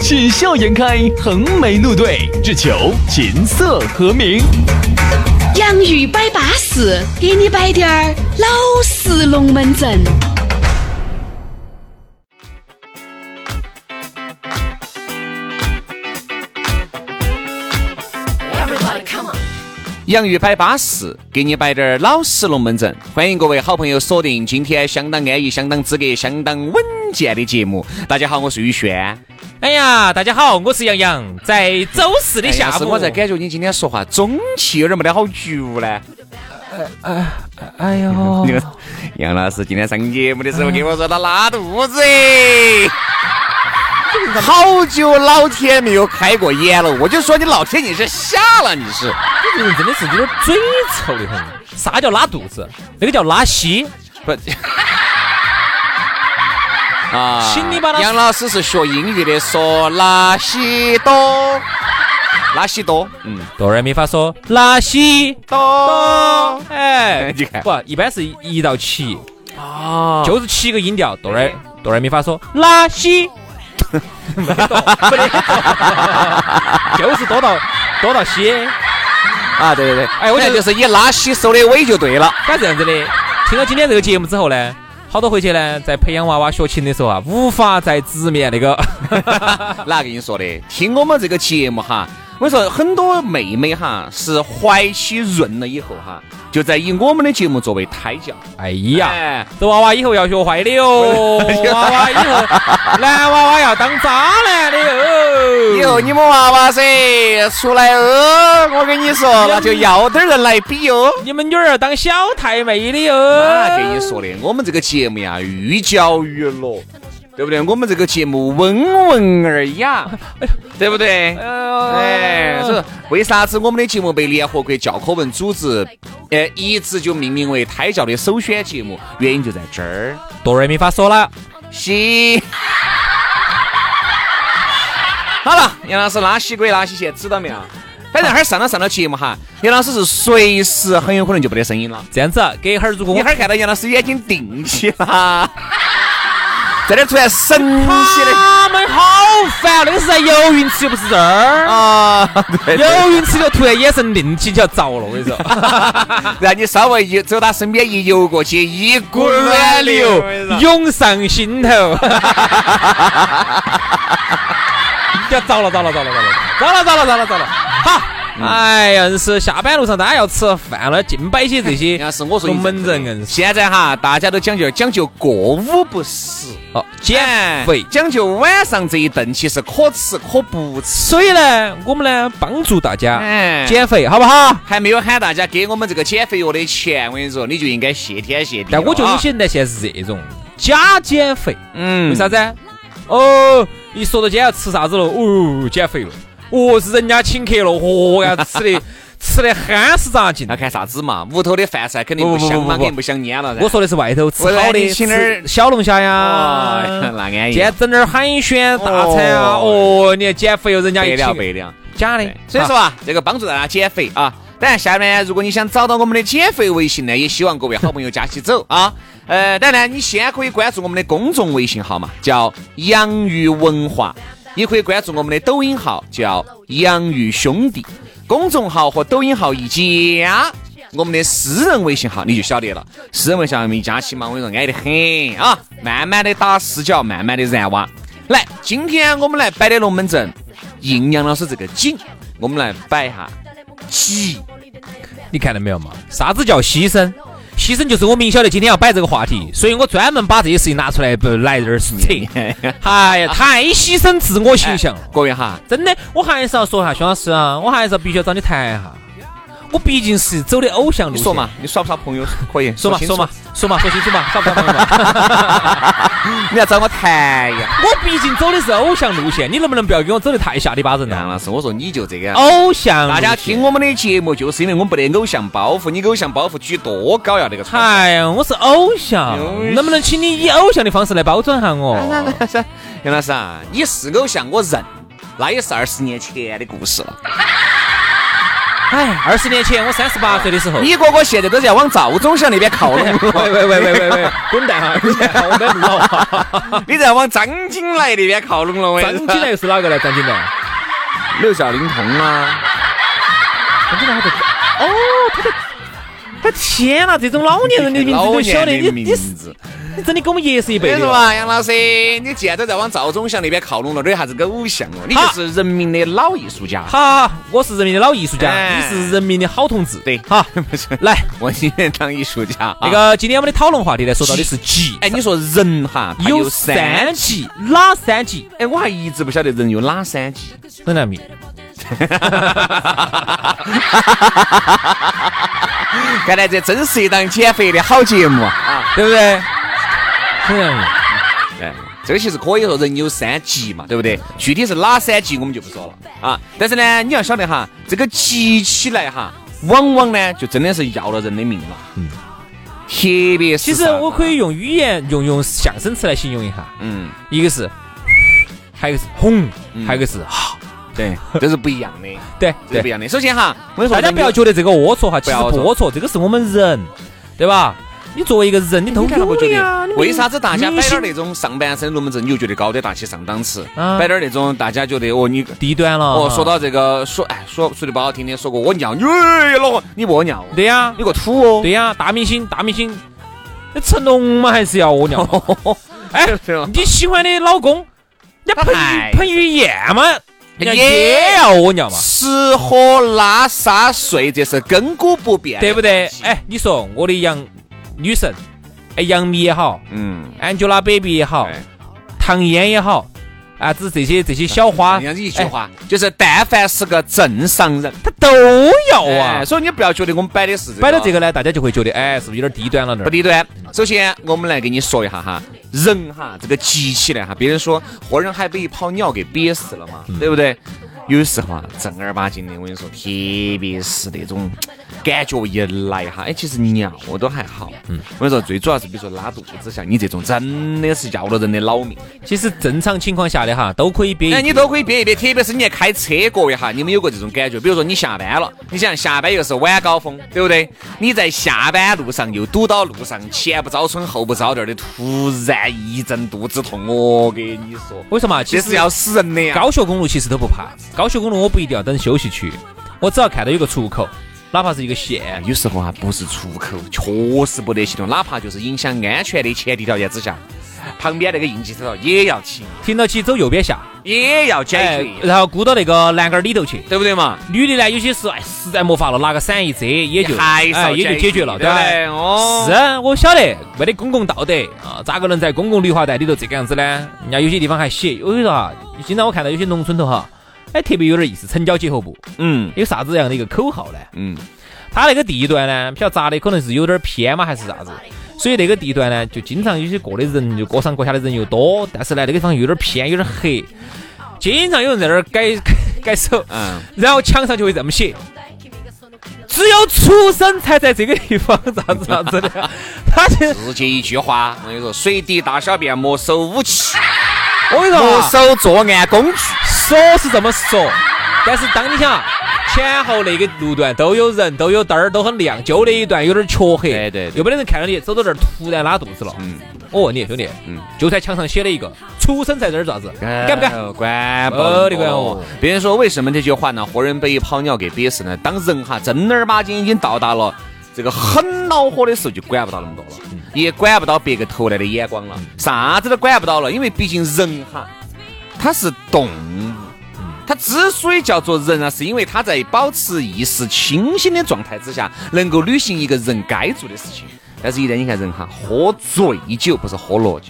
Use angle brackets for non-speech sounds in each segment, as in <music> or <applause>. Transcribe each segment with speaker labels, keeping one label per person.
Speaker 1: 喜笑颜开，横眉怒对，只求琴瑟和鸣。
Speaker 2: 洋芋摆巴士，给你摆点儿老式龙门阵。
Speaker 3: 洋芋摆巴适，给你摆点儿老实龙门阵。欢迎各位好朋友锁定今天相当安逸、相当资格、相当稳健的节目。大家好，我是宇轩。
Speaker 4: 哎呀，大家好，我是杨洋，在周四的
Speaker 3: 哎呀
Speaker 4: 下
Speaker 3: 是
Speaker 4: 午，
Speaker 3: 我在感觉你今天说话中气有点没得好足呢。
Speaker 1: 哎
Speaker 4: 哦 <laughs>
Speaker 1: 呦
Speaker 3: 你，看杨老师今天上节目的时候给我说他拉肚子，好久老天没有开过眼了。我就说你老天你是瞎了，你是。
Speaker 4: 你这个人真的是有点嘴臭的很。啥叫拉肚子？那个叫拉稀。
Speaker 3: 不。 <laughs> 啊
Speaker 4: 请你把它
Speaker 3: 杨老师是学英语的，说拉西
Speaker 4: <laughs>
Speaker 3: 多，拉西多，嗯，
Speaker 4: 哆来咪发嗦，拉稀。
Speaker 3: 多，，
Speaker 4: 哎
Speaker 3: 你看
Speaker 4: 不，一般是一到七，
Speaker 3: 啊，
Speaker 4: 就是七个音调。哆来哆来咪发嗦，拉稀。哎没得哆没得哆就是多到多到稀，
Speaker 3: 啊，对对对，
Speaker 4: 哎我觉
Speaker 3: 反
Speaker 4: 得
Speaker 3: 正就是以拉西收的尾就对了，
Speaker 4: 该这样子的。听了今天这个节目之后呢，好多回去呢，在培养娃娃学琴的时候啊，无法再直面那个。
Speaker 3: 哪跟你说的？听我们这个节目哈，我跟你说很多妹妹哈是怀起润了以后哈，就在以我们的节目作为胎教，
Speaker 4: <laughs> 哎呀。
Speaker 3: 哎
Speaker 4: 这娃娃以后要学坏的哟， <laughs> 娃娃以后男娃娃要当渣男的哟。
Speaker 3: 以后你们娃娃噻出来哦，我跟你说，那就要点儿人来比哦。
Speaker 4: 你们女儿当小太妹的哟。
Speaker 3: 那跟啊你说的，我们这个节目呀，寓教于乐，对不对？我们这个节目温文尔雅，对不对？哎，所以为啥子我们的节目被联合国教科文组织，呃，一直就命名为胎教的首选节目？原因就在这儿。
Speaker 4: 哆瑞咪发嗦啦，
Speaker 3: 西。 <laughs> 好了，杨老师拉西归拉西线，知道没有？反正哈儿上了上了节目哈，杨老师是随时很有可能就没得声音了。
Speaker 4: 这样子，隔一会儿如果
Speaker 3: 一
Speaker 4: 我
Speaker 3: 会儿看到杨老师眼睛定起了，在那儿突然神奇的
Speaker 4: <laughs> 他们好烦，那个是在游泳池，又不是这儿。
Speaker 3: 啊，对对
Speaker 4: 游泳池就突然眼神定起就要着了，我 <laughs> 跟你说。
Speaker 3: <laughs> 然后你稍微一走到身边一游过去，一股
Speaker 4: 滚
Speaker 3: 暖
Speaker 4: 暖
Speaker 3: 流
Speaker 4: <laughs> 流。涌上心头。 <laughs> 要糟了糟了糟了糟了糟了糟了糟了糟了！好，哎呀，是下班路上大家要吃饭了，尽摆些这 <laughs> 些
Speaker 3: 杨老师，我说你
Speaker 4: 龙门啊阵硬是
Speaker 3: 现在哈，大家都讲究讲究过午不食。
Speaker 4: 哦减
Speaker 3: 喂，
Speaker 4: 肥。
Speaker 3: 讲究晚上这一顿其实可吃可不吃，
Speaker 4: 所以呢，我们呢帮助大家
Speaker 3: 哎，
Speaker 4: 减肥，好不好？
Speaker 3: 还没有喊大家给我们这个减肥药的钱，我跟你说，你就应该谢天谢地了
Speaker 4: 但
Speaker 3: 啊。
Speaker 4: 我觉得有些人呢现在是这种假减肥，
Speaker 3: 嗯
Speaker 4: 为啥子？哦，一说到今天要吃啥子了，哦，减肥了，哦是人家请客了，哦呀，吃的 <laughs> 吃的憨实扎劲
Speaker 3: 要。看啥子嘛，屋头的饭菜肯定不
Speaker 4: 不不不
Speaker 3: 香嘛，
Speaker 4: 不不
Speaker 3: 肯定不想腌了噻。
Speaker 4: 我说的是外头吃
Speaker 3: 我来
Speaker 4: 好
Speaker 3: 你
Speaker 4: 的，
Speaker 3: 请点儿
Speaker 4: 吃小龙虾
Speaker 3: 哦，
Speaker 4: 呀，
Speaker 3: <laughs> 那安
Speaker 4: 今
Speaker 3: 逸，
Speaker 4: 天整点儿海鲜大餐啊，
Speaker 3: 哦
Speaker 4: 哦，你看减肥又人家
Speaker 3: 白
Speaker 4: 一
Speaker 3: 聊
Speaker 4: 起
Speaker 3: 白聊。
Speaker 4: 假的
Speaker 3: 对，所以说啊，这个帮助大家减肥啊。当然，下面呢，如果你想找到我们的减肥微信呢，也希望各位好朋友加起走啊。呃，当然呢，你先可以关注我们的公众微信号嘛，叫“洋芋文化”，也可以关注我们的抖音号，叫“洋芋兄弟”。公众号和抖音号一加，我们的私人微信号你就晓得了。私人微信号一加起嘛，我跟你说，安逸得很啊，慢慢的打死角，慢慢的燃哇。来，今天我们来摆的龙门阵，应杨老师这个紧，我们来摆一下急。
Speaker 4: 你看到没有嘛？啥子叫牺牲？牺牲就是我明晓得今天要摆这个话题，所以我专门把这些事情拿出来不来这儿扯。 <laughs> 哎呀，太牺牲自我形象了。
Speaker 3: 哎各位哈，
Speaker 4: 真的，我还是要说一下，熊老师啊，我还是要必须要找你谈一下。我毕竟是走的偶像路
Speaker 3: 你
Speaker 4: 线。
Speaker 3: 说嘛，你耍不
Speaker 4: <laughs>
Speaker 3: 耍朋友？可以
Speaker 4: 说嘛，
Speaker 3: 清
Speaker 4: 说
Speaker 3: 楚
Speaker 4: 嘛，，说嘛，说清楚嘛，耍不耍朋友嘛？ <laughs>
Speaker 3: 你要找我谈呀。
Speaker 4: 我毕竟走的是偶像路线，你能不能不要给我走的太下里巴人
Speaker 3: 杨
Speaker 4: 了？
Speaker 3: 老师，我说你就这个。
Speaker 4: 偶像，
Speaker 3: 大家听。我们的节目，就是因为我们没得偶像包袱，你偶像包袱举多高呀？这个 <laughs> 船。
Speaker 4: 哎呀，我是偶像
Speaker 3: 偶，像
Speaker 4: 能不能请你以偶像的方式来包装下
Speaker 3: 啊
Speaker 4: 我？
Speaker 3: 杨老师啊，你是偶像，我认，那也是二十年前的故事了。
Speaker 4: 哎，二十年前我三十八岁的时候，
Speaker 3: 你哥哥现在都在往赵忠祥那边靠拢，
Speaker 4: <laughs> 喂喂喂喂喂 <laughs> 喂，滚蛋哈！滚蛋哈我们老啊！
Speaker 3: <laughs> 你在往张景来那边靠拢了。我跟
Speaker 4: 张
Speaker 3: 你说
Speaker 4: 金来又是哪个来？张金来，
Speaker 3: 六小龄童啊，
Speaker 4: 张金来他在哦，他在。他天呐，这种老年人的名字
Speaker 3: 老
Speaker 4: 都晓得，
Speaker 3: 年的
Speaker 4: 你你
Speaker 3: 名
Speaker 4: 是
Speaker 3: 字。
Speaker 4: 你真的给我们爷是一辈
Speaker 3: 为
Speaker 4: 的
Speaker 3: 什
Speaker 4: 哦。
Speaker 3: 啊么，杨老师，你既然都在往赵忠祥那边靠拢了，这有啥子偶像哦？你就是人民的老艺术家。
Speaker 4: 好，好我是人民的老艺术家，
Speaker 3: 哎
Speaker 4: 你是人民的好同志。
Speaker 3: 对 <laughs>
Speaker 4: 哈，
Speaker 3: 不是，
Speaker 4: 来，
Speaker 3: 哎我今天当艺术 <laughs> 家。
Speaker 4: 那，个今天我们的讨论话题呢，说到的是急，
Speaker 3: 哎，你说人哈，他
Speaker 4: 有
Speaker 3: 三
Speaker 4: 三
Speaker 3: 级。
Speaker 4: 急，哪三急？
Speaker 3: 哎，我还一直不晓得人有哪三 <laughs> 级。
Speaker 4: 很难命。
Speaker 3: 看来这真是一档减肥的好节目啊！
Speaker 4: 对不对？很容易。
Speaker 3: 哎，这个其实可以说人有三急嘛，对不对？具体是哪三急我们就不说了啊。但是呢，你要晓得哈，这个急起来哈，往往呢就真的是要了人的命了。嗯，特别是
Speaker 4: 其实
Speaker 3: 啥
Speaker 4: 我可以用语言用用象声词来形容一下，
Speaker 3: 嗯，
Speaker 4: 一个是，还有一个是轰，还有一个是哈。
Speaker 3: 对，这是不一样的，
Speaker 4: 对
Speaker 3: 嗯这是不一
Speaker 4: 对，
Speaker 3: 样的。首先哈，我跟你说，
Speaker 4: 大家不要
Speaker 3: 人有
Speaker 4: 觉得这个龌龊哈，其实
Speaker 3: 不要
Speaker 4: 不龌龊，这个是我们人，对吧？你作为一个人，你都
Speaker 3: 你看
Speaker 4: 有
Speaker 3: 我
Speaker 4: 的
Speaker 3: 觉
Speaker 4: 呀。
Speaker 3: 得，为啥子大家摆点儿
Speaker 4: 的
Speaker 3: 那种上半身龙门阵，你就觉得高端大气上档次？
Speaker 4: 啊
Speaker 3: 摆点儿那种大家觉得哦，你
Speaker 4: 低端了？
Speaker 3: 哦，说到这个说哎说说的不好听的，说过我尿，你哎老王你不屙尿，
Speaker 4: 对呀
Speaker 3: 你，给我吐哦，
Speaker 4: 对呀，大明星大明星，那成龙嘛还是要我尿。哎，
Speaker 3: 是吧？
Speaker 4: 你喜欢的老公，人家
Speaker 3: 他
Speaker 4: 彭
Speaker 3: 还
Speaker 4: 于彭于晏嘛，人家也
Speaker 3: 也
Speaker 4: 要我尿嘛。
Speaker 3: 吃喝拉撒睡，这是亘古不变，
Speaker 4: 对不对？，哎，你说我的杨女神，哎，杨幂也好
Speaker 3: 嗯，
Speaker 4: ，Angelababy 也好
Speaker 3: 哎，
Speaker 4: 唐嫣也好，啊，只是这些这些小花，
Speaker 3: 人家一句
Speaker 4: 哎，
Speaker 3: 话就是，但凡是个正常人，
Speaker 4: 她都要啊
Speaker 3: 哎。所以你不要觉得我们摆的是
Speaker 4: 摆到这个呢，大家就会觉得，哎，是不是有点低端了点
Speaker 3: 不？低端。首先，我们来给你说一下哈，人哈这个急起来哈，别人说活人还被一泡尿给憋死了嘛，对不对？有时候啊，正儿八经的，我跟你说，特别是那种感觉一来哈，哎，其实尿都还好。嗯，我跟你说，最主要是比如说拉肚子，像你这种真的是要了人的老命。
Speaker 4: 其实正常情况下的哈，都可以
Speaker 3: 哎，
Speaker 4: 憋。
Speaker 3: 你都可以憋一憋，特别是你还开车过一下，你们有过这种感觉？比如说你下班了，你想下班又是晚高峰，对不对？你在下班路上又堵到路上，前不着村后不着店的，突然一阵肚子痛，我跟你说，
Speaker 4: 为什么？其
Speaker 3: 这是
Speaker 4: 实
Speaker 3: 要死人的呀！
Speaker 4: 高速公路其实都不怕，高速公路我不一定要等休息区，我只要看到有个出口，哪怕是一个线，
Speaker 3: 有时候啊，不是出口，确实不得行动，哪怕就是影响安全的前提条件之下，旁边那个应急车道也要停，
Speaker 4: 停到起走右边下，
Speaker 3: 也要解
Speaker 4: 哎
Speaker 3: 决，，
Speaker 4: 然后咕到那个栏杆里头去。
Speaker 3: 对不对嘛？
Speaker 4: 女的呢，有些时候哎，实在没法了，拿个伞一遮，也就
Speaker 3: 还是要
Speaker 4: 哎也就解决了，
Speaker 3: 对
Speaker 4: 吧
Speaker 3: 不对？哦
Speaker 4: 是啊，我晓得没得公共道德啊，咋个能在公共绿化带里头这个样子呢？人家有些地方还写，有些哈，经常我看到有些农村头哈，哎，特别有点意思，城郊结合部
Speaker 3: 嗯
Speaker 4: 有啥子样的一个口号呢？
Speaker 3: 嗯，
Speaker 4: 它那个地段呢，不晓得咋的，可能是有点偏嘛，还是啥子？所以那个地段呢，就经常有些过的人，就各上各下的人又多，但是呢，那个地方又有点偏，有点黑，经常有人在那儿改 <laughs> 改手，
Speaker 3: 嗯，
Speaker 4: 然后墙上就会这么写。只有畜生才在这个地方， <laughs> 咋子咋子的， <laughs> 他就
Speaker 3: 直接一句话，我跟你说，随地大小便没收武器，
Speaker 4: 我跟你说
Speaker 3: 没
Speaker 4: 啊，
Speaker 3: 收作案工具。
Speaker 4: 说是这么说，但是当你想啊前后那个路段都有人，都有灯儿，都很亮，就那一段有点黢黑，
Speaker 3: 对对对
Speaker 4: 又没得人看到你，走到这儿突然拉肚子了。
Speaker 3: 嗯，
Speaker 4: 我问你，兄弟，
Speaker 3: 嗯哎
Speaker 4: 就在墙上写了一个“畜生在这儿咋子”，敢不敢？？
Speaker 3: 管不呃
Speaker 4: 哦
Speaker 3: 得
Speaker 4: 你管我
Speaker 3: 别人说为什么这句话呢？活人被一泡尿给憋死呢？当人哈正儿八经已经到达了这个很恼火的时候，就管不到那么多了，也管不到别个投来的眼光了，啥子都管不到了，因为毕竟人哈，他是动物。他之所以叫做人啊，是因为他在保持意识清醒的状态之下，能够履行一个人该做的事情。但是，一旦你看人哈，喝醉酒不是喝落酒，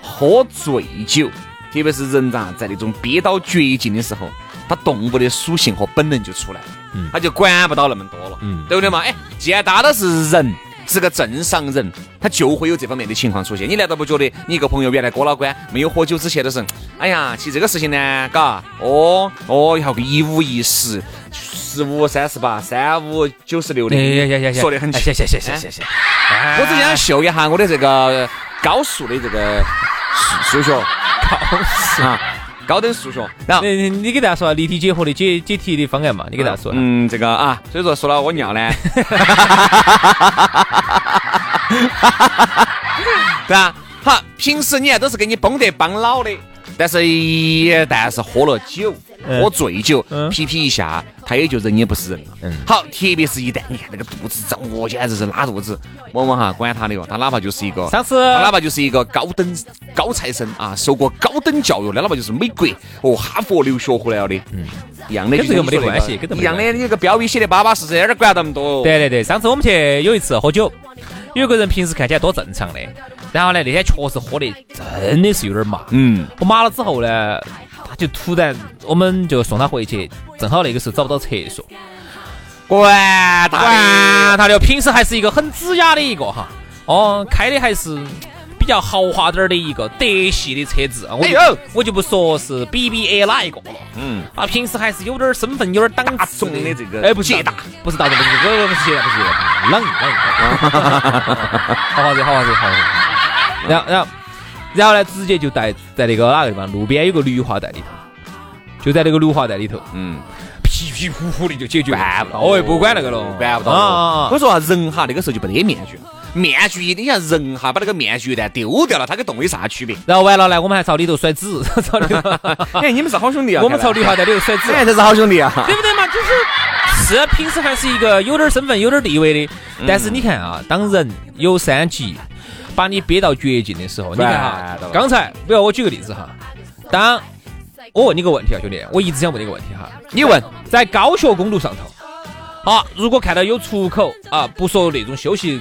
Speaker 3: 喝醉酒，特别是人啊，在那种憋到绝境的时候，它动物的属性和本能就出来了，它就管不到那么多了，
Speaker 4: 嗯
Speaker 3: 对不对嘛？哎，既然搭的是人，是个正常人，他就会有这方面的情况出现。你难道不觉得你一个朋友原来哥老倌没有喝酒之前都是，哎呀，其实这个事情呢，嘎，哦哦，然后一五一十，十五三十八，三五九十六的，
Speaker 4: 哎呀呀呀呀，
Speaker 3: 说得很清
Speaker 4: 谢谢谢谢谢谢。哎
Speaker 3: 我只想秀一下我的这个高数的这个数数学，高啊，高等数学。然后，
Speaker 4: 你你你给大家说下立体结合的解解题的方案嘛？你给大家说下。
Speaker 3: 嗯，这个啊，所以说说了我尿
Speaker 4: <laughs>
Speaker 3: 呢，对啊，好，平时你看都是给你崩得帮老的，但是一旦是喝了酒，
Speaker 4: 嗯
Speaker 3: 喝醉酒
Speaker 4: 嗯，
Speaker 3: 皮皮一下，他也就人也不是人了。啊
Speaker 4: 嗯
Speaker 3: 好，特别是一旦你看那个肚子胀，我简直是拉肚子。我们哈，管他的哟，哦他哪怕就是一个
Speaker 4: 上次
Speaker 3: 他哪怕就是一个高等高材生啊，受过高等教育的，哪怕就是美国哦哈佛留学回来了的，
Speaker 4: 嗯
Speaker 3: 一样的，
Speaker 4: 跟这个没得
Speaker 3: 就是你说
Speaker 4: 关系
Speaker 3: 那个
Speaker 4: 跟这没
Speaker 3: 一样
Speaker 4: 关
Speaker 3: 的，你这个标语写的巴巴适适，哪儿管那么多？
Speaker 4: 对对对，上次我们去有一次喝酒，有个人平时看起来多正常的，然后呢那天确实喝的真的是有点麻，
Speaker 3: 嗯，
Speaker 4: 我麻了之后呢，他就突然我们就送他回去，正好那个时候找不到厕所，
Speaker 3: 管他
Speaker 4: 管
Speaker 3: 的，
Speaker 4: 他的，平时还是一个很子雅的一个哈，哦，开的还是比较豪华点儿的一个德系的车子，我就、
Speaker 3: 哎呦
Speaker 4: 我就不说是 BBA 哪一个了，
Speaker 3: 嗯，
Speaker 4: 啊，平时还是有点儿身份，有点儿档次
Speaker 3: 众的这个
Speaker 4: 哎，不是
Speaker 3: 借
Speaker 4: 大，不是大众，不是不是不是借大，不是借大，朗逸朗逸，好华子好华子好华子，然后然后然后呢，直接就带在那个哪个地方，路边有个绿化带里头，就在那个绿化带里头，
Speaker 3: 嗯，
Speaker 4: 皮皮呼呼的就解决
Speaker 3: 管
Speaker 4: 了
Speaker 3: 不，到，
Speaker 4: 哦，也不管那个了，
Speaker 3: 管不
Speaker 4: 啊啊
Speaker 3: 到。
Speaker 4: 啊
Speaker 3: 我说啊人哈，那个时候就没得面具了，面具一，你想人哈，把那个面具一旦丢掉了，他跟动物有啥
Speaker 4: <laughs>
Speaker 3: 区别？
Speaker 4: 然后完了呢，我们还朝里头甩纸， <laughs> 朝里头，
Speaker 3: 哎，你们是好兄弟啊！
Speaker 4: 我们朝
Speaker 3: 看
Speaker 4: <laughs>
Speaker 3: 来
Speaker 4: 绿化带里头甩纸，
Speaker 3: <laughs> 哎，这是好兄弟啊！
Speaker 4: <laughs> 对不对嘛？就是是平时还是一个有点身份、有点地位的，
Speaker 3: 嗯
Speaker 4: 但是你看啊，当人有三急，把你憋到绝境的时候，你看哈
Speaker 3: 完了，
Speaker 4: 刚才比如我举个例子哈，当我问你个问题啊，兄弟，我一直想问你个问题哈，
Speaker 3: 你问，
Speaker 4: 在高速公路上头。好，如果看到有出口啊，不说那种休息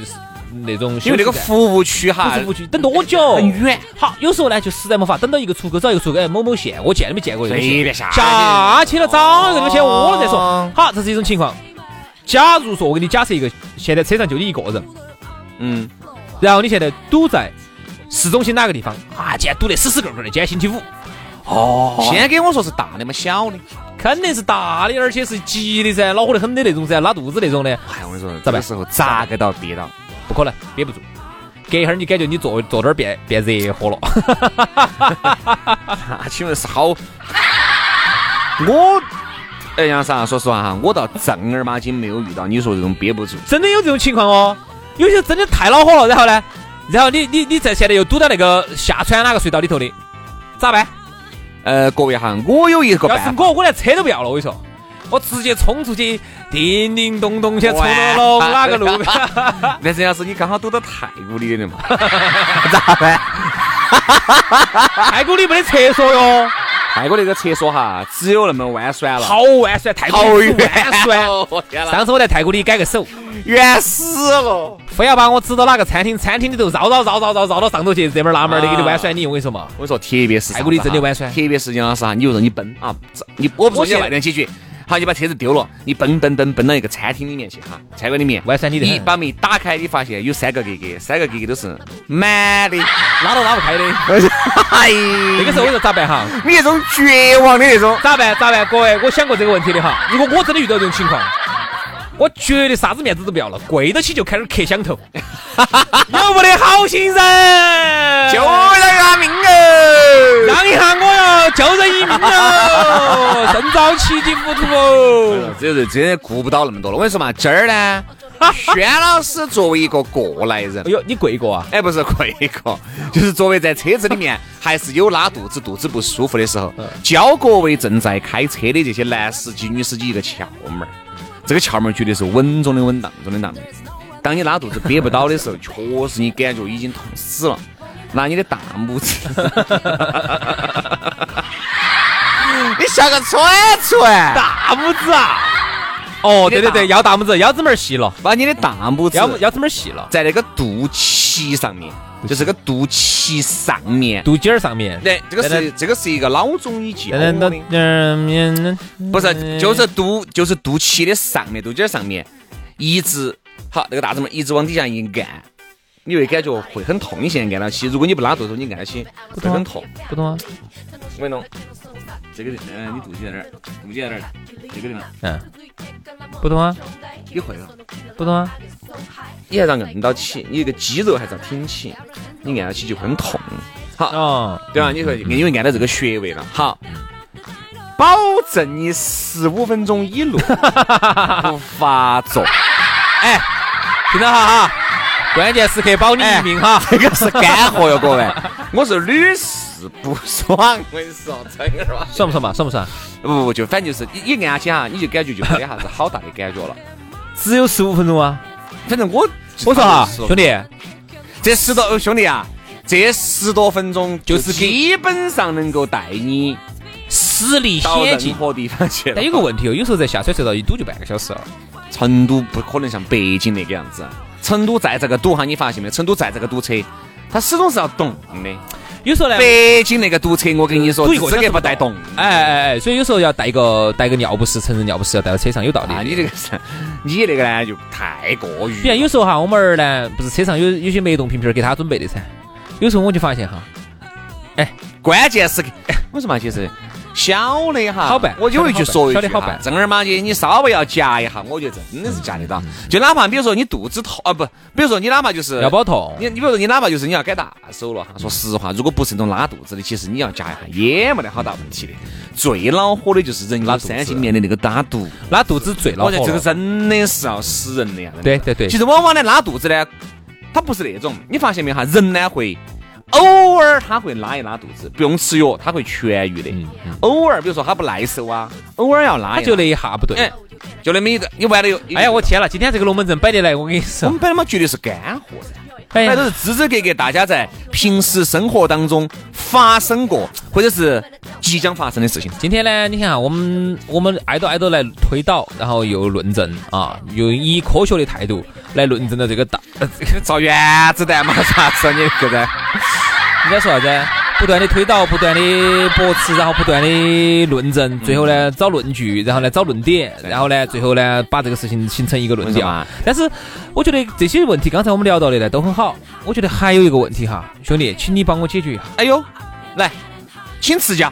Speaker 4: 那种休息站，
Speaker 3: 因为那个服务区
Speaker 4: 不
Speaker 3: 哈
Speaker 4: 是，不去等多久？
Speaker 3: 很远。
Speaker 4: <laughs> 好，有时候呢就实在没法，等到一个出口，找一个出口，哎，某某县，我见都没见过这个县
Speaker 3: 随便下
Speaker 4: 下去了，找一个地方先窝了再说
Speaker 3: 哦。
Speaker 4: 好，这是一种情况。假如说我给你假设一个，现在车上就你一个人，
Speaker 3: 嗯，
Speaker 4: 然后你现在堵在市中心哪个地方啊？今天堵得死死个个的，今天星期五，
Speaker 3: 先给我说是大的嘛，小的。
Speaker 4: 哦肯定是大的，而且是急的噻，恼火得很的那种噻，拉肚子那种的，
Speaker 3: 哎，我跟你说，
Speaker 4: 咋
Speaker 3: 这
Speaker 4: 办
Speaker 3: 个时候咋个到跌倒？
Speaker 4: 不可能憋不住。隔一会儿你感觉你坐坐这儿变变热和了，
Speaker 3: 啊，请问是好？我，哎，杨啥？说实话哈，我到正儿八经没有遇到你说这种憋不住。
Speaker 4: 真的有这种情况哦。有些真的太恼火了，然后呢，然后你你你在现在又堵到那个下川哪个隧道里头的，咋办？
Speaker 3: 呃，各位哈，我有一个
Speaker 4: 要
Speaker 3: 办啊
Speaker 4: 是
Speaker 3: 法，
Speaker 4: 我，我连车都不要了，我跟你说，我直接冲出去，叮叮咚咚先冲到
Speaker 3: 哇
Speaker 4: 了哪个路？ <laughs>
Speaker 3: 但是要是你刚好堵到太古里的嘛，咋办？
Speaker 4: 太古里没得厕所哟，
Speaker 3: 泰国那个厕所哈，只有那么弯酸了，
Speaker 4: 好哎弯酸，太古
Speaker 3: 好
Speaker 4: 里
Speaker 3: 远
Speaker 4: 是弯酸。
Speaker 3: 哦我天哪，
Speaker 4: 上次我在太古里改个手，
Speaker 3: 远死了。
Speaker 4: 非要把我指到哪个餐厅，餐厅里头绕绕绕绕绕绕到上头去，这门儿那门儿的给你弯酸你，我跟你说嘛，
Speaker 3: 我跟你说，特别是啥子哈
Speaker 4: 太古里真的弯酸
Speaker 3: 特别是杨老师哈，你就让你奔啊，你我不说
Speaker 4: 我
Speaker 3: 你
Speaker 4: 现在
Speaker 3: 外面解决，好，你把车子丢了，你奔奔奔奔到一个餐厅里面去哈，餐馆里面
Speaker 4: 弯酸你的
Speaker 3: 你
Speaker 4: 很
Speaker 3: 把门一打开，你发现有三个格格，三个格格都是满的，
Speaker 4: <laughs> 拉都拉不开的。
Speaker 3: 哎，
Speaker 4: 那个时候我说咋办哈？
Speaker 3: 你那种绝望的那种，
Speaker 4: 咋办？咋办？各位，我想过这个问题的哈。如果我真的遇到这种情况，我绝对啥子面子都不要了，跪到起就开始磕响头，
Speaker 3: <laughs>
Speaker 4: 有没得好心人？
Speaker 3: 救人啊命哦！
Speaker 4: 让一下我哟，救人一命
Speaker 3: <laughs>
Speaker 4: 哦，身遭七级浮屠哦。
Speaker 3: 这人真的顾不到那么多了。我跟你说嘛，今
Speaker 4: <laughs>
Speaker 3: 儿呢，轩老师作为一个过来人
Speaker 4: 哎，呦，你跪过啊？
Speaker 3: 哎，不是跪过， <laughs> 就是作为在车子里面还是有拉肚子、肚子不舒服的时候，教各位正在开车的这些男司机、女司机一个窍门儿。这个窍门儿绝对是稳中的稳，当中的当。当你拉肚子憋不到的时候，确实你感觉已经痛死了，拿你的大拇指， <laughs> 你像个蠢蠢，
Speaker 4: 大拇指啊！哦，对对
Speaker 3: 你的
Speaker 4: 对，
Speaker 3: 大
Speaker 4: 腰大拇指、腰子门儿细了，
Speaker 3: 把你的大拇指
Speaker 4: 腰腰子门儿细了，
Speaker 3: 在那个肚脐上面，就是个肚脐上面。
Speaker 4: 肚尖儿上面。 <laughs>
Speaker 3: 对，这个是这个是一个老中医教
Speaker 4: 嗯
Speaker 3: 的，
Speaker 4: 嗯嗯，
Speaker 3: 不是，就是肚就是肚脐的上面，肚脐儿上面，一直好那个大指拇一直往底下一按，你会感觉会很痛。你现在按到起，如果你不拉肚子，你按到起
Speaker 4: 不
Speaker 3: 会
Speaker 4: 痛
Speaker 3: 很痛。
Speaker 4: 不懂啊？
Speaker 3: 我跟你弄，这个地嗯、你肚脐在哪儿？肚脐在哪儿？这个地方
Speaker 4: 嗯，不懂啊？
Speaker 3: 你会了，
Speaker 4: 不懂啊？
Speaker 3: 你还是要按到起，你这个肌肉还是要挺起，你按到起就会很痛。好，
Speaker 4: 哦，
Speaker 3: 对啊吧？你说因为按到这个穴位了，好，保证你十五分钟以 <laughs> 内不发作。
Speaker 4: 哎，听到哈哈，关键时刻保你一命哈。
Speaker 3: 这个是
Speaker 4: <laughs>
Speaker 3: 干货哟，各位， <laughs> 我是屡试不爽。我跟你说，真的吧？
Speaker 4: 爽不爽嘛？爽不爽？
Speaker 3: 不不不，就反正就是一一按起哈，你就感觉就没得啥子好大的感觉了。
Speaker 4: 只有十五分钟啊！
Speaker 3: 反正我啊
Speaker 4: 我说哈，啊兄弟，
Speaker 3: 这十多兄弟啊，这十多分钟
Speaker 4: 就是给
Speaker 3: 基本上能够带你
Speaker 4: 实力
Speaker 3: 到
Speaker 4: 显
Speaker 3: 任
Speaker 4: 进。
Speaker 3: 何地方去了
Speaker 4: 但。有个问题哦，有时候在下水隧道一堵就半个小时了。
Speaker 3: 成都不可能像北京那个样子，啊成都在这个堵哈，你发现没？成都在这个堵车，它始终是要动的。
Speaker 4: 有时候呢，
Speaker 3: 北京那个堵车，我跟你说，
Speaker 4: 啊堵一
Speaker 3: 资
Speaker 4: 个小时
Speaker 3: 格不带动。
Speaker 4: 哎哎哎，所以有时候要带一个带一个尿不湿，成人尿不湿要带到车上，有道理
Speaker 3: 啊，。你这个是， <laughs> 你那个呢就太过于。
Speaker 4: 比如啊有时候哈，我们儿呢，不是车上有有些脉动瓶瓶儿给他准备的噻。有时候我就发现哈，
Speaker 3: 关键时刻，哎我说嘛，其实小的哈，
Speaker 4: 好办
Speaker 3: 我有一句说一
Speaker 4: 小
Speaker 3: 句
Speaker 4: 的
Speaker 3: 哈
Speaker 4: 好办
Speaker 3: 正儿八经，你稍微要夹一下，我觉得真的是夹得到。
Speaker 4: 嗯
Speaker 3: 就哪怕比如说你肚子痛啊，不，比如说你哪怕就是
Speaker 4: 腰包痛，
Speaker 3: 你你比如说你哪怕就是你要改大手了哈，说实话，如果不是那种拉肚子的，其实你要夹一下也没得好大问题的。最恼火的就是人有
Speaker 4: 肚子
Speaker 3: 三斤面的那个打肚，
Speaker 4: 拉肚子最恼火
Speaker 3: 我觉得这个
Speaker 4: 了。
Speaker 3: 真的是要死人的呀。真的
Speaker 4: 对对对
Speaker 3: 其，实往往呢拉肚子呢，它不是那种，你发现没有哈？人呢会偶尔他会拉一拉肚子，不用吃药，他会痊愈的。
Speaker 4: 嗯嗯
Speaker 3: 偶尔比如说他不耐受啊，偶尔要拉
Speaker 4: 他
Speaker 3: 一
Speaker 4: 就
Speaker 3: 拉。
Speaker 4: 那一下不对。
Speaker 3: 哎，就那么一个，你玩的有。
Speaker 4: 哎呀，我天了，今天这个龙门阵摆得来，我跟你
Speaker 3: 我
Speaker 4: 说
Speaker 3: 们，摆的嘛绝对是干货噻。
Speaker 4: 哎
Speaker 3: 那
Speaker 4: 呀
Speaker 3: 都是支支格格，大家在平时生活当中发生过，或者是即将发生的事情。 <laughs>
Speaker 4: 今天呢，你看啊，我们我们爱豆爱豆来推导，然后又论证啊，又以科学的态度来论证了这个大。呃这个
Speaker 3: 造原子弹嘛，啥子啊？你
Speaker 4: <laughs>
Speaker 3: 这个
Speaker 4: 应该说啥子？不断的推导，不断的驳斥，然后不断的论
Speaker 3: 嗯
Speaker 4: 证，最后呢找论据，然后呢找论点，然后呢最后呢把这个事情形成一个论
Speaker 3: 为什
Speaker 4: 调
Speaker 3: 么。啊
Speaker 4: 但是我觉得这些问题，刚才我们聊到的呢都很好。我觉得还有一个问题哈，兄弟，请你帮我解决一下。
Speaker 3: 哎呦，来，请赐教。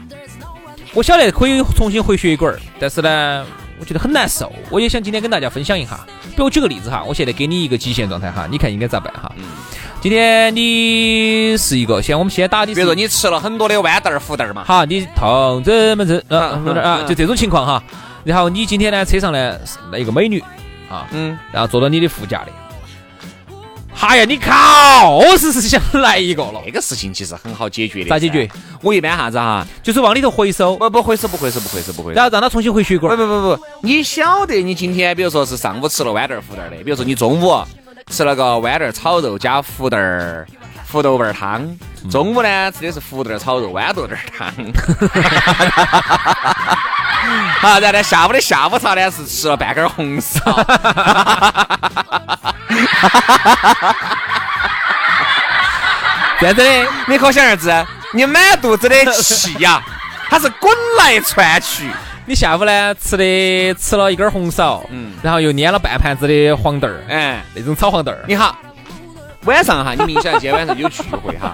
Speaker 4: 我晓得可以重新回血管儿，但是呢，我觉得很难受。我也想今天跟大家分享一下。
Speaker 3: 嗯
Speaker 4: 比如举个例子哈，我现在给你一个极限状态哈，你看应该咋办
Speaker 3: 嗯
Speaker 4: 哈？今天你是一个，先我们先打的
Speaker 3: 比
Speaker 4: 是
Speaker 3: 如
Speaker 4: 一个，
Speaker 3: 说你吃了很多的豌豆儿、胡豆儿嘛，
Speaker 4: 好，你痛怎么怎啊
Speaker 3: 啊
Speaker 4: 啊，就这种情况哈。然后你今天呢，车上呢是来一个美女啊，
Speaker 3: 嗯，
Speaker 4: 然后坐到你的副驾的。哎呀，你靠，实是想来一个了，
Speaker 3: 这个事情其实很好解决的。
Speaker 4: 咋解决？？
Speaker 3: 我一般啥子哈？
Speaker 4: 就是往里头回收，
Speaker 3: 不不回收，不回收，不回收，不回收
Speaker 4: 然。后让它重新回血管
Speaker 3: 不
Speaker 4: 儿。
Speaker 3: 不不不，你晓得你今天比如说是上午吃了豌豆儿胡豆儿的，比如说你中午吃了个豌豆儿炒肉加胡豆儿胡豆瓣儿汤，中午呢吃的是胡豆儿炒肉豌豆儿汤。 <laughs> 好，然后呢，下午的下午茶呢是吃了半根儿红烧。 <laughs>
Speaker 4: 这样子的，
Speaker 3: 你可想而知，你满肚子的气呀、它是滚来窜去。
Speaker 4: 你下午呢吃的吃了一根红苕，嗯，然后又捏了半盘子的黄豆儿，
Speaker 3: 哎，
Speaker 4: 那种炒黄豆儿，
Speaker 3: 你好，晚上哈，你明显今天晚上有聚会
Speaker 4: <laughs>
Speaker 3: 哈。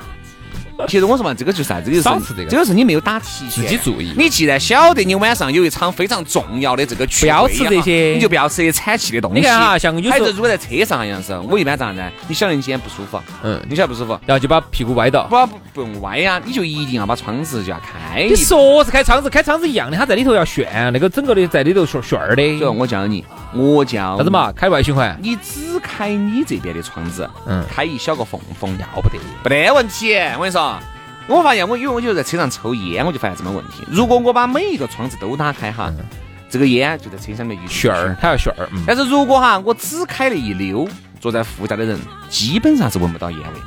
Speaker 3: 其实我说嘛，这个就是啥子？这
Speaker 4: 少
Speaker 3: 个
Speaker 4: 吃
Speaker 3: 是
Speaker 4: 这个
Speaker 3: 这个是你没有打提
Speaker 4: 自
Speaker 3: 前
Speaker 4: 己注意。
Speaker 3: 你既然晓得你晚上有一场非常重要的这个聚会
Speaker 4: 不要
Speaker 3: 哈，
Speaker 4: 吃这些
Speaker 3: 你就不要吃这些产气的东西。
Speaker 4: 你看哈，，像有
Speaker 3: 还
Speaker 4: 时
Speaker 3: 是
Speaker 4: 候，
Speaker 3: 如果在车上，好像是我一般咋呢？你晓得你今天不舒服，
Speaker 4: 嗯，
Speaker 3: 你晓得不舒服，
Speaker 4: 然后就把屁股歪到。
Speaker 3: 不不不用歪呀、你就一定要把窗子就要开一
Speaker 4: 你
Speaker 3: 点。
Speaker 4: 说是开窗子，开窗子一样的，它在里头要炫，那个整个的在里头炫炫儿的。
Speaker 3: 所以我教你，我教
Speaker 4: 啥子嘛？？开外循环，
Speaker 3: 你只开你这边的窗子，
Speaker 4: 嗯
Speaker 3: 开一小个缝缝，
Speaker 4: 要不得。
Speaker 3: 没得问题。我跟你说，我发现我因为我就在车上抽烟，我就发现这么问题。如果我把每一个窗子都打开哈，这个烟就在车上面一
Speaker 4: 嗯
Speaker 3: 直
Speaker 4: 旋儿，它要旋儿，嗯，
Speaker 3: 但是如果哈，我只开了一溜，坐在副驾的人基本上是闻不到烟味。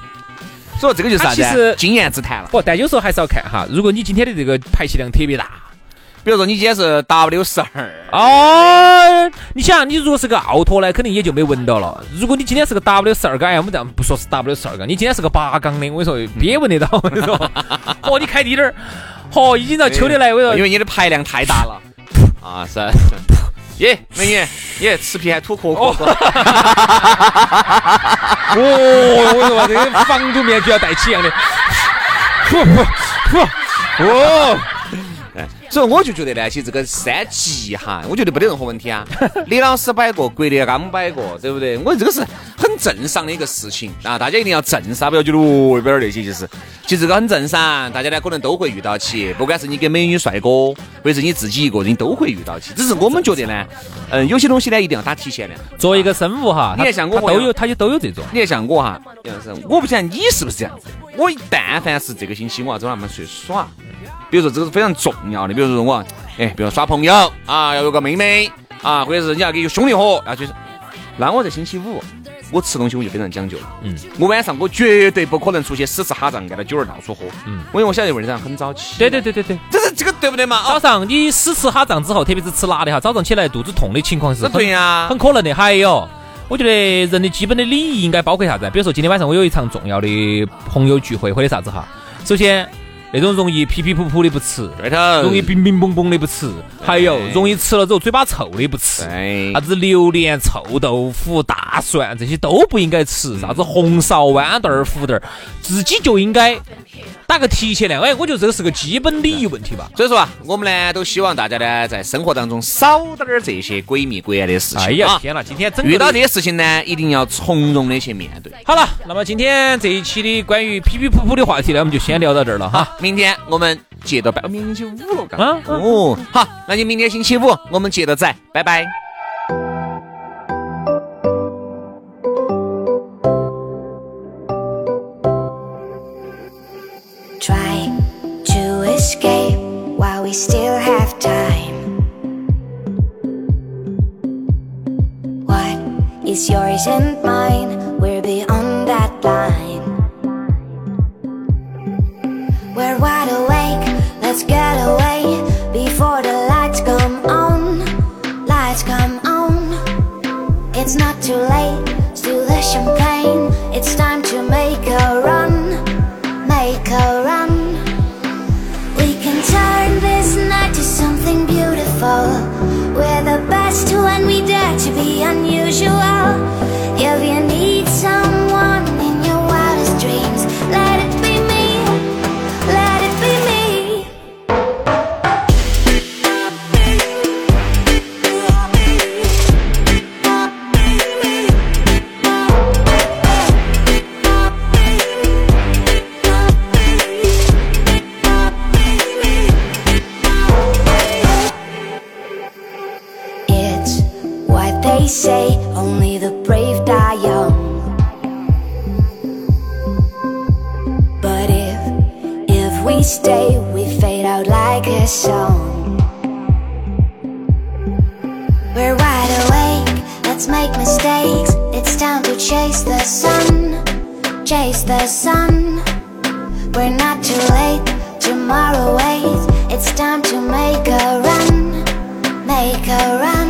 Speaker 3: 所以这个就是啥子
Speaker 4: 他其实
Speaker 3: 啊？经验之谈了。
Speaker 4: 不，但有时候还是要看哈。如果你今天的这个排气量特别大，
Speaker 3: 比如说你今天是 W 十二，
Speaker 4: 哦，你想，你如果是个奥拓呢，肯定也就没闻到了。如果你今天是个 W 十二缸，哎，我们这样不说是 W 十二缸，你今天是个八缸的，我跟你说别闻得到。我跟你
Speaker 3: <laughs>
Speaker 4: 说，哦，你开低点儿，哦，已经到秋天来，我跟你
Speaker 3: 因
Speaker 4: 说，
Speaker 3: 为你的排量太大了。啊，是。
Speaker 4: <laughs>
Speaker 3: 耶，美女，耶，吃皮还吐壳壳。
Speaker 4: 哦，我跟你说，这个防毒面具要戴起一
Speaker 3: <laughs>
Speaker 4: 样的。呼呼呼！哦，
Speaker 3: 所以我就觉得呢，其实这个三级哈，我觉得没得任何问题啊。李老师摆过，国力刚摆过，对不对？我这个是很正常的一个事情啊，大家一定要正常，不要觉得哦，边儿那些就是，其实这个很正常，大家呢可能都会遇到起，不管是你跟美女帅哥，或者是你自己一个人都会遇到起。只是我们觉得呢，嗯，有些东西呢一定要打提前量。
Speaker 4: 作为一个生物哈，
Speaker 3: 你也像我
Speaker 4: 它都有，它就都有这种。
Speaker 3: 你看像我哈，杨老师，我不晓得你是不是这样子。我一但凡是这个星期我要找他们出去耍，比如说这个是非常重要的，比如说我，哎，比如耍朋友啊，要有个妹妹啊，或者是你要给兄弟伙，要去。那我在星期五，我吃东西我就非常讲究了。嗯，我晚上我绝对不可能出去死吃哈胀，按到酒儿到处喝。嗯，因为我晓得晚上很早起。
Speaker 4: 对对，对对对。
Speaker 3: 这是这个对不对嘛？
Speaker 4: 早
Speaker 3: 啊，
Speaker 4: 上你死吃哈胀之后，特别是吃辣的哈，早上起来肚子痛的情况是
Speaker 3: 那
Speaker 4: 很
Speaker 3: 对呀
Speaker 4: 啊很可能的。还有，我觉得人的基本的礼仪应该包括啥子？比如说今天晚上我有一场重要的朋友聚会或者啥子哈，首先那种容易皮皮噗噗的不吃，
Speaker 3: 对头，
Speaker 4: 容易冰冰崩崩的不吃，还有容易吃了之后嘴巴臭的不吃。
Speaker 3: 对
Speaker 4: 啥。子榴莲、臭豆腐、大蒜这些都不应该
Speaker 3: 嗯
Speaker 4: 吃，啥子红苕、豌豆儿、胡豆儿，自己就应该打个提前量。哎，我觉得这个是个基本礼仪问题吧。
Speaker 3: 所以说啊，我们呢都希望大家呢在生活当中少点儿这些鬼迷鬼眼的事情。
Speaker 4: 哎呀
Speaker 3: 啊
Speaker 4: 天哪，今天整个
Speaker 3: 遇到
Speaker 4: 都
Speaker 3: 这些事情呢，一定要从容的去面对。
Speaker 4: 好了，那么今天这一期的关于皮皮噗噗的话题呢，我们就先聊到这儿了哈。
Speaker 3: 明天我们接着拜，哦明天星期五了，嘎
Speaker 4: 啊啊
Speaker 3: 哦，好，那就明天星期五我们接着再，拜拜。
Speaker 5: Try to escape while we still have time. What is yours and mine? We're beyond that line. We're wide awake, let's get away before the lights come on. Lights come on. It's not too late, still the champagne. It's time to make a run, make a run. We can turn this night to something beautiful. We're the best when we dare to be unusual. If you need someone in your wildest dreams, let it be me, let it be me. It's what they say, only the brave die young. But if, if we stay, we fade out like a song. We're wide awake, let's make mistakes. It's time to chase the sun, chase the sun. We're not too late, tomorrow waits. It's time to make a run, make a run.